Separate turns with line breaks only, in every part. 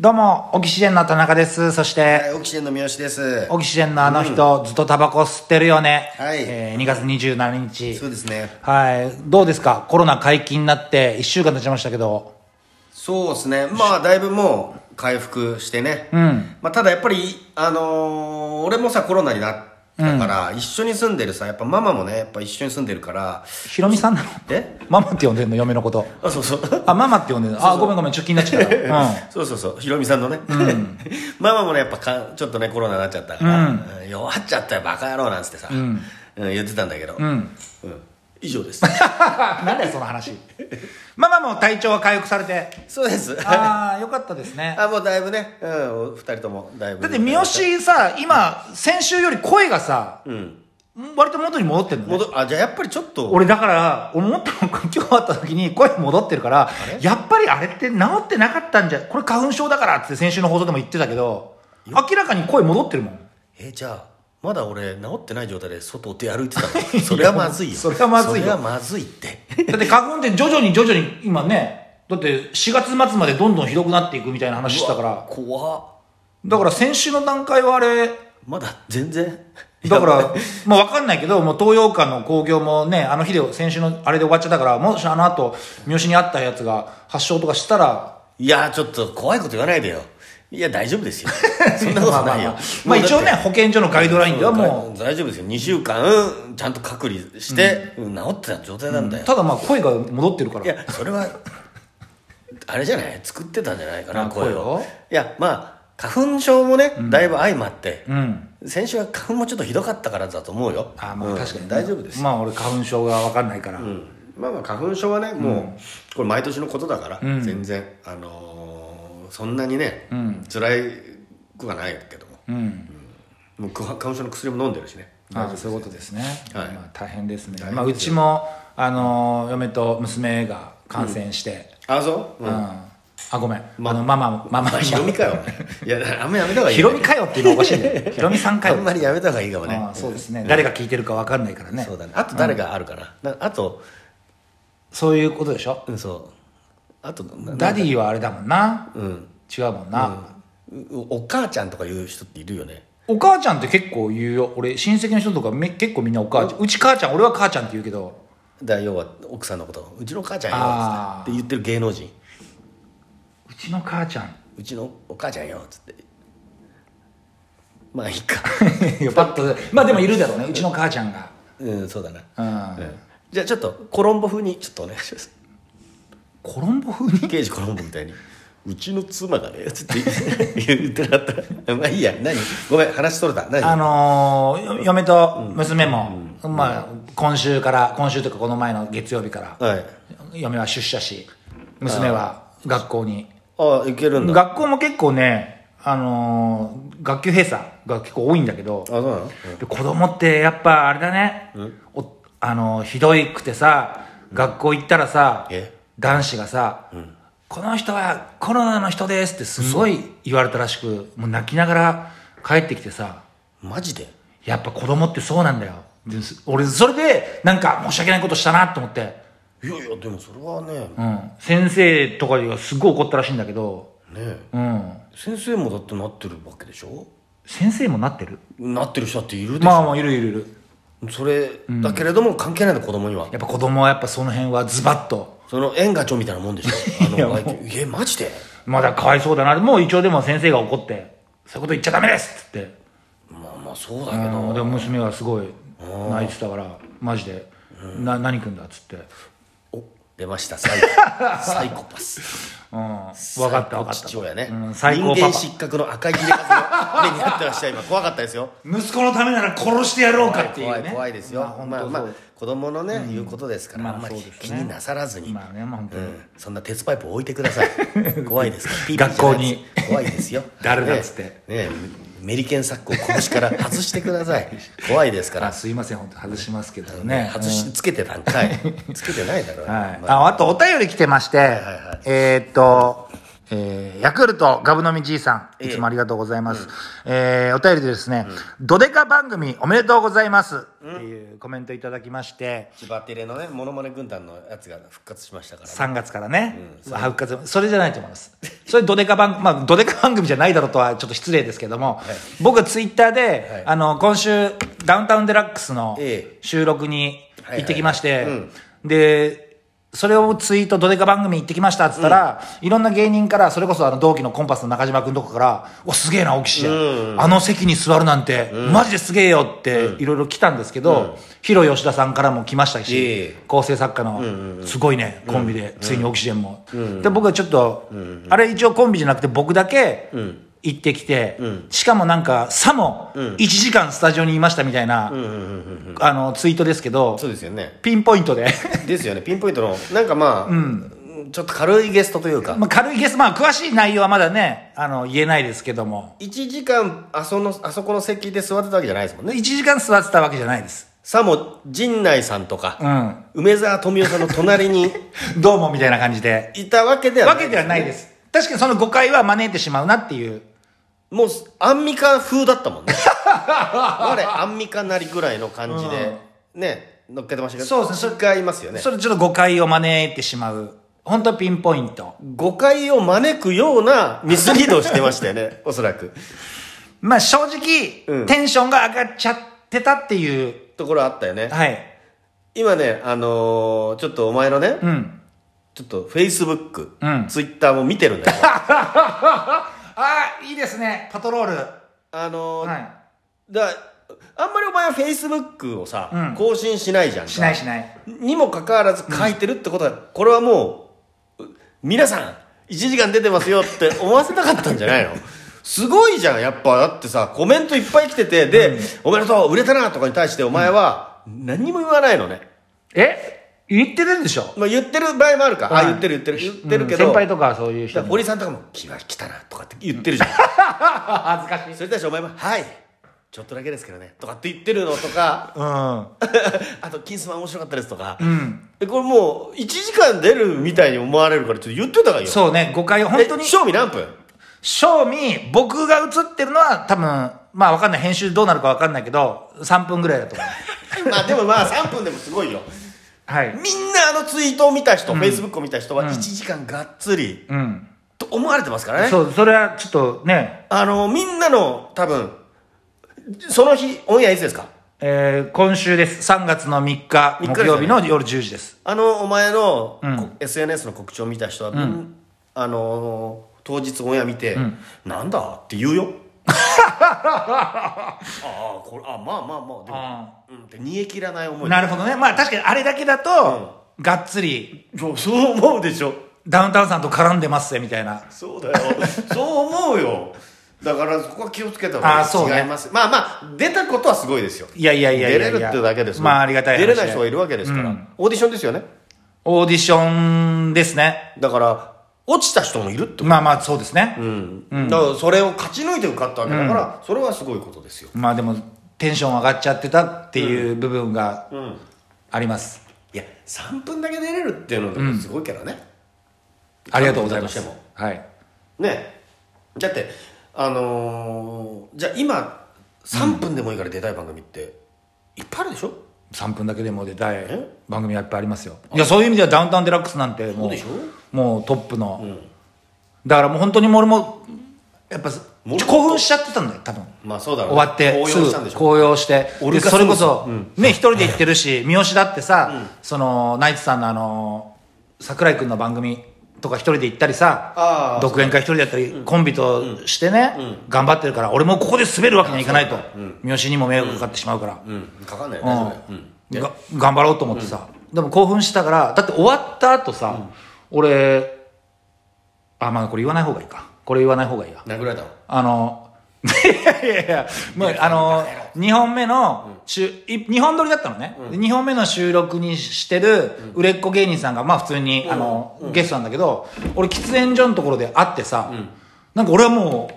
どうも、オキシジェンの田中です。そし
はい、
て、
オキシジェンの三好です。
オキシジェンのあの人、ずっとタバコ吸ってるよね。
はい
えー2月27日
そう。ですね。
はい。どうですかコロナ解禁になって1週間経ちましたけど。
そうですね。まあ、だいぶもう回復してね。まあ、ただやっぱり、あのー俺もさ、コロナになったから、一緒に住んでるさ、やっぱママもね、やっぱ一緒に住んでるから、
ひろみさんなの
え
ママって呼んでんの嫁のこと。
あ、そう そう。
あ、ママって呼んでんのあ、ごめんごめん、ちょっと気になっちゃ った。うん。
そうそうそう、ひろみさんのね。 ママもね、やっぱか、ちょっとね、コロナになっちゃったから、うん弱っちゃったよ、バカ野郎なんつってさ、うん言ってたんだけど、うん以上 です。
なんだよ、その話。ママも体調は回復され て。
そうです。 あ
ああ、よかったですね。
もうだいぶね、うん、二人ともだいぶ。
だって、三好さ、今、先週より声がさ、
うん。
割と元に戻ってるのね。
戻あじゃあやっぱりちょっと
俺だから思ったのが今日会った時に声戻ってるからやっぱりあれって治ってなかったんじゃこれ花粉症だからって先週の放送でも言ってたけど明らかに声戻ってるもん
えじゃあまだ俺治ってない状態で外を出歩いてたのそれはまずい よ
それはまずいよ
それはまずいって
だって花粉って徐々に徐々に今ねだって4月末までどんどんひどくなっていくみたいな話してたか
うわ
ら
怖っ
だから先週の段階はあれ
まだ全然
だか
やば
ら
い、
まあ、わかんないけど、もう東洋館の興行もね、あの日で、先週のあれで終わっちゃったから、もしあの後、三好に会ったやつが発症とかしたら、
いやちょっと怖いこと言わないでよいや大丈夫で すよそんなことないよ
まあ一応ね、
もうだって
保健所のガイドラインではも
うん大丈夫ですよ2週間ちゃんと隔離して、うん治ってた状態なんだ
う、
よ、
ただまあ声が戻ってるから。
いやそれはあれじゃない作ってたんじゃないかな
あ
声
声を
をいやまあ花粉症もね、だいぶ相まって、
うん。
先週は花粉もちょっとひどかったからだと思うよ
あーま
う
あ
ん
確かに、
大丈夫です、
まあ俺花粉症がわかんないから。
うんまあまあ花粉症はねもうこれ毎年のことだから、全然あのーそんなにね、辛いくはないけども,、もうく花粉症の薬も飲んでるしね
ああそういうことですね。
はい
まあ大変ですね。
大変ですよ
まあうちも、あのー嫁と娘が感染して、
あそう、
う。
うんん
あ、ごめん。
ま
あの、ママ、ママ、
ひろみかよいやあんまやめた方がいい
ひろみかよっていうのおかしいね。 ひろみさんか
あ
よ。
んまりやめた方がいいかもね
ああそうですね。誰が聞いてるかわかんないからね。
そうだねあと誰があるかな,な、あと
そういうことでしょ。
うんそうあとな
ダディはあれだもんな。
うん
違うもんな。
おお母ちゃんとかいう人っているよね
お母ちゃんって結構言うよ俺親戚の人とかめ結構みんなお母ちゃんうち母ちゃん俺は母ちゃんって言うけど
だから要は奥さんのことうちの母ちゃん
あ
よ
ー
って言ってる芸能人
うちの母ちゃん
うちのお母ちゃんよっつってまあいいか
いやパッとまあでもいるだろうねうちの母ちゃんが
うんそうだな、
うん、
うんじゃあちょっとコロンボ風にちょっとお願いします
コロンボ風に
刑事コロンボみたいにうちの妻がねつって言う言ってなかったまあいいや何ごめん話取れた何
あのーよ嫁と娘も、まあ、今週から今週というかこの前の月曜日から、
はい
嫁は出社し娘は学校に
ああいけるんだあ
学校も結構ねあのー学級閉鎖が結構多いんだけど
そうなの
で子供ってやっぱあれだね、おあのひどいくてさ学校行ったらさ、
え
男子がさ、この人はコロナの人です」ってすごい言われたらしくもう泣きながら帰ってきてさ
マジで
やっぱ子供ってそうなんだよです俺それでなんか申し訳ないことしたなと思って、
いやいやでもそれはねね
うん、先生とかがすごい怒ったらしいんだけど、
え
うん、
先生もだってなってるわけでしょ
先生もなってる
なってる人だっているでしょ、
まあまあいるいるいる
それだけれども関係ないの子供には
やっぱ子供はやっぱその辺はズバッと
その縁がちょみたいなもんでしょ あ
いや
の
もう
外見えマジで
まだかわいそうだなもう一応でも先生が怒ってそういうこと言っちゃダメですっつって
まあまあそうだけ
あ
ど
のでも娘がすごい泣いてたからマジで「な何くんだ」っつって「
お出ましたサイ サイコパス
うん、分かった分かった」
父親ね、
うん、最高
人
パ
間
パ
失格の赤い切れ端の目になってらっしゃい今怖かったですよ
息子のためなら殺してやろうかっていうね
怖い怖いですよ、
まあ
まあ
本
まあ
当そう
子供のね、言うことですから、
まあ
あんまり
そうですね
気になさらずに、
まあねまあ本当
う
に
ん、そんな鉄パイプ置いてく ださい怖いですからピーピー
学校に
じゃないです怖いですよ
誰だっつって
ねえねえメリケンサックを拳から外してくだ さい怖いですから
あすいません本当外しますけどね
外しつけてた んかいつけてないだろ
はい、
まあ
ああとお便り来てまして、
はい
えーっとえーヤクルトガブ飲みじいさん、いつもありがとうございます。えーお便りでですね、ドデカ番組おめでとうございます、っていうコメントいただきまして、
千葉テレのねモノマネ軍団のやつが復活しましたから、ね、
3月からね、あ復活、それじゃないと思います。それドデカ番、まあ、ドデカ番組じゃないだろうとはちょっと失礼ですけども、僕はツイッターで、
はい
あの、今週、ダウンタウンデラックスの
ええ
収録に行ってきまし
は
て
いはいはいうん、
で、それをツイート、ドデカ番組行ってきましたっつったら、いろんな芸人から、それこそあの同期のコンパスの中島君とかから、お、すげえな、オキシエン、あの席に座るなんて、マジですげえよって、いろいろ来たんですけど、ヒロ吉田さんからも来ましたし、
ええ
構成作家のすごいね、コンビで、ついにオキシデンも、で僕はちょっと、あれ一応コンビじゃなくて僕だけ行ってきて、しかもなんかさも1時間スタジオにいましたみたいな、あのツイートですけど、
そうですよね
ピンポイントで
ですよねピンポイントのなんかまあ、ちょっと軽いゲストというか、
まあ軽いゲスまあ詳しい内容はまだねあの言えないですけども
1時間あそのあそこの席で座ってたわけじゃないですもんね
1時間座ってたわけじゃないです
さも陣内さんと
う
か、
ん
梅沢富美男さんの隣に
どうもみたいな感じで
いたわけでは
わ
ない
けではないです確かにその誤解は招いてしまうなっていう
もうアンミカ風だったも んね我アンミカなりぐらいの感じで、ね乗っけてましたけど
そうですねそ
違いますよね
それちょっと誤解を招いてしまう。本当ピンポイント。
誤解を招くようなミスリードをしてました よねおそらく
まあ正直、
うん
テンションが上がっちゃってたっていう。
ところあったよね
はい。
今ねあのーちょっとお前のね、
うん。
ちょっとフェイスブック、
うん
ツイッターも見てるんだよ
ああ、いいですね。パトロール。
あのー
は
だあんまりお前はフェイスブックをさ、
うん
更新しないじゃんか
い。しないしない。
にもかかわらず書いてるってことは、これはもう皆さん1時間出てますよって思わせたかったんじ ゃないのすごいじゃんやっぱだってさコメントいっぱい来ててで、おめでとう売れたなとかに対してお前は何にも言わないのね、
え言ってるんでしょ
まあ、言ってる場合もあるから、
はい
あ言ってる言ってる言ってるけど、
うん先輩とかそういう
だ
人
から
も。
堀さんとかも「気は来たな」とかって言ってるじゃん
恥ずかしい。
それに対してお前も「はいちょっとだけですけどね」とかって言ってるのとか
う
あと「金スマ面白かったです」とか、
ん。うん。
えこれもう1時間出るみたいに思われるからちょっと言ってたからよ
そうね、誤解を。本当に
え、賞味何分
正味、僕が映ってるのは多分、まあわかんない。編集どうなるかわかんないけど、3分ぐらいだと思う。
まあでもまあ3分でもすごいよ
はい
み。んなあのツイートを見た人、フェイスブックを見た人は1時間がっつり、
うん。
と思われてますからね
そう、それはちょっとね、
あのみんなの多分その日オンエアいつですか
えー今週です。3月の3日、
3日です
木
ね
曜日の夜10時です。
あのお前の、
うん
こ SNS の告知を見た人は、あの当日オンエア見て、なんだって言う よああこれあまあまあまあでも、うん、って煮え切らない思い
なるほどね。まあ確かにあれだけだと、がっつり、
そうそう思うでしょ
ダウンタウンさんと絡んでますぜ、みたいな。
そ うだよそう思うよだからそこは気をつけた方
あー
が
そうね
違います、まあまあ出たことはすごいですよ
いやいやいやいやいや
出れるってだけですよ
まあありがたい話
出
で
れない人がいるわけですか
う
ら、
ん
オーディションですよね
オーディションですね。
だから落ちた人もいるってこと
まあまあそうですね。
うんだからそれを勝ち抜いて受かったわけだから、それはすごいことですよ
まあでも、テンション上がっちゃってたっていう部分があります。
いや3分だけ出れるっていうのでもすごいけどね、
ありがとうございます
だとして。
はい。
もねだってあのーじゃあ今3分でもいいから出たい番組っていっぱいあるでしょ、
3分だけでも出たい
え
番組やっぱいありますよいやそういう意味ではダウンタウンデラックスなんても
そうでし
うもうトップの、だからもう本当にもう俺もやっぱ
もう
興奮しちゃってたんだよ多分
まあそうだろう
終
ね
わって
高
す
揚
ぐ
したんでしょ
高揚して
俺
で
が
それこそ、
そう
ね一人で行ってるし三好だってさ、そのナイツさんのあの桜井君の番組とか一人で行ったり
あ
さ
あ
独演会一人でやったり、コンビとしてね、頑張ってるから俺もここで滑るわけにはいかないと、三好にも迷惑かかってしまうから、
うんかかんないよねそれうん
うん、が頑張ろうと思ってさ、でも興奮したからだって終わった後さ、俺あまあこれ言わない方がいいかこれ言わない方がいいや
殴られたの
あの いやいやいやもうあの2本目の2本撮りだったのね、で2本目の収録にしてる売れっ子芸人さんがまあ普通に、あのゲストなんだけど俺喫煙所のところで会ってさ、なんか俺はも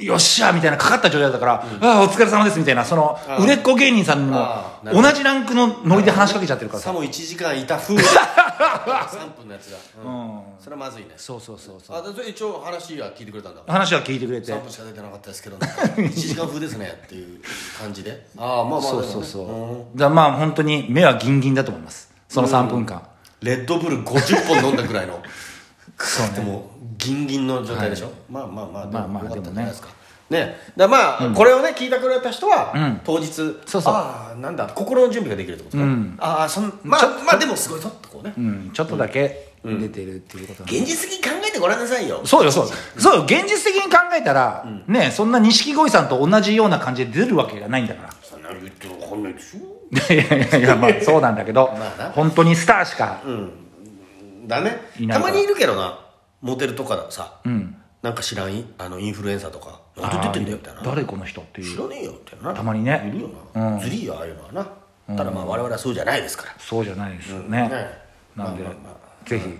うよっしゃみたいなかかった状態だから、ああお疲れ様ですみたいなその売れっ子芸人さんにも
ああなる
同
ほど
じランクのノリで話しかけちゃってるからさ
さも1時間いた風で 3分のやつが、うんそれはまずいね
そうそうそうそう
あだそれ一応話は聞いてくれたんだ
話は聞いてくれて
3分しか出てなかったですけど1時間風ですねっていう感じでああまあまあ
そうそう
でもねん
そうだからまあ本当に目はギンギンだと思いますその3分間
レッドブル50本飲んだぐらいのそうでもギンギンの状態でしょ、まあまあまあ
まあまあ
よかっ
でも
たんじゃ
ね
ないですかねだからまあ、これをね聞いてくれた人は、当日
そうそう
ああなんだ心の準備ができるってことですか、ああそんまあまあでもすごいぞってこうね、
うんちょっとだけ出てるっていうことなんで
現実的に考えてごらんなさいよ
そうよそうよそうよ現実的に考えたら、ねそんな錦鯉さんと同じような感じで出るわけがないんだから
そんなの言ってわかんないでしょ
いやいやいや まあそうなんだけど
まあな
本当にスターしか、
だね
いない
た
から
まにいるけどなモデルとかさ、なんか知らんいあのインフルエンサーとか「なんで出てんだよ」みたいな
誰この人ってい
知
う
らねえよみたいな
たまにね
いるよな、ずりーよああいうのはな、ただまあ我々はそうじゃないですから
そうじゃないですよね,、
ね
なんで、
まあまあま
ぜひ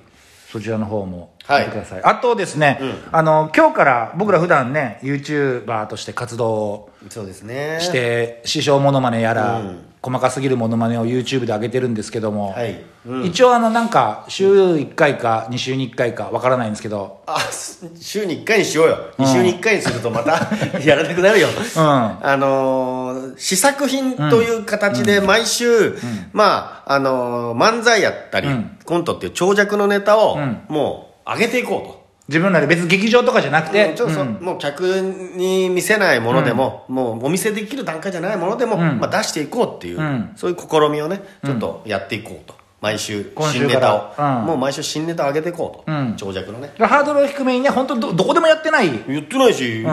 そちらの方も
はい
見てください、あとですね、あの今日から僕ら普段ね YouTuber として活動を
そうですね
して師匠モノマネやら、細かすぎるモノマネを YouTube で上げてるんですけども、
はい
一応あのなんか週1回か2週に1回かわからないんですけど
あす週に1回にしようよ、2週に1回にするとまた やらなくなるよ、あのー試作品という形で毎週、まああのー漫才やったり、コントっていう長尺のネタを、もう上げていこうと。
自分らで別に劇場とかじゃなく
で
て、
ちょっとそもう客に見せないものでも、もうお見せできる段階じゃないものでも、まあ、出していこうっていう、そういう試みをねちょっとやっていこうと毎週
今週
新ネタ
か
を、
らうん
もう毎週新ネタ上げていこうと、長尺のね
ハードルを低めにね本当どどこでもやってない
言ってないし、い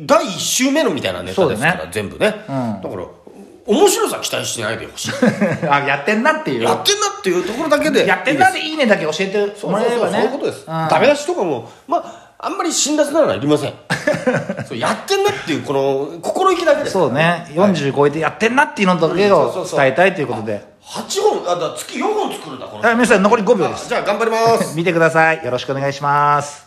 第1週目のみたいなネタですか
そうだ
ら、全部ね、だから面白さ期待しないでほしい
あ やってんなっていう
やってんなっていうところだけで
やってんなっていいねだけ教えて
そう
もら
そう
えれ
そ
ば
う
ね
そういうことです、
うん
ダメ出しとかもまああんまり辛辣なのはいり ませんそうやってんなっていうこの心意気だけです
そうね40超えてやってんなっていうのだけ
うんそ
を
うそうそう
伝えたいということで
8本あだから月4本作るんだこの人
はい皆さん残り5秒です
じゃあ頑張ります
見てくださいよろしくお願いします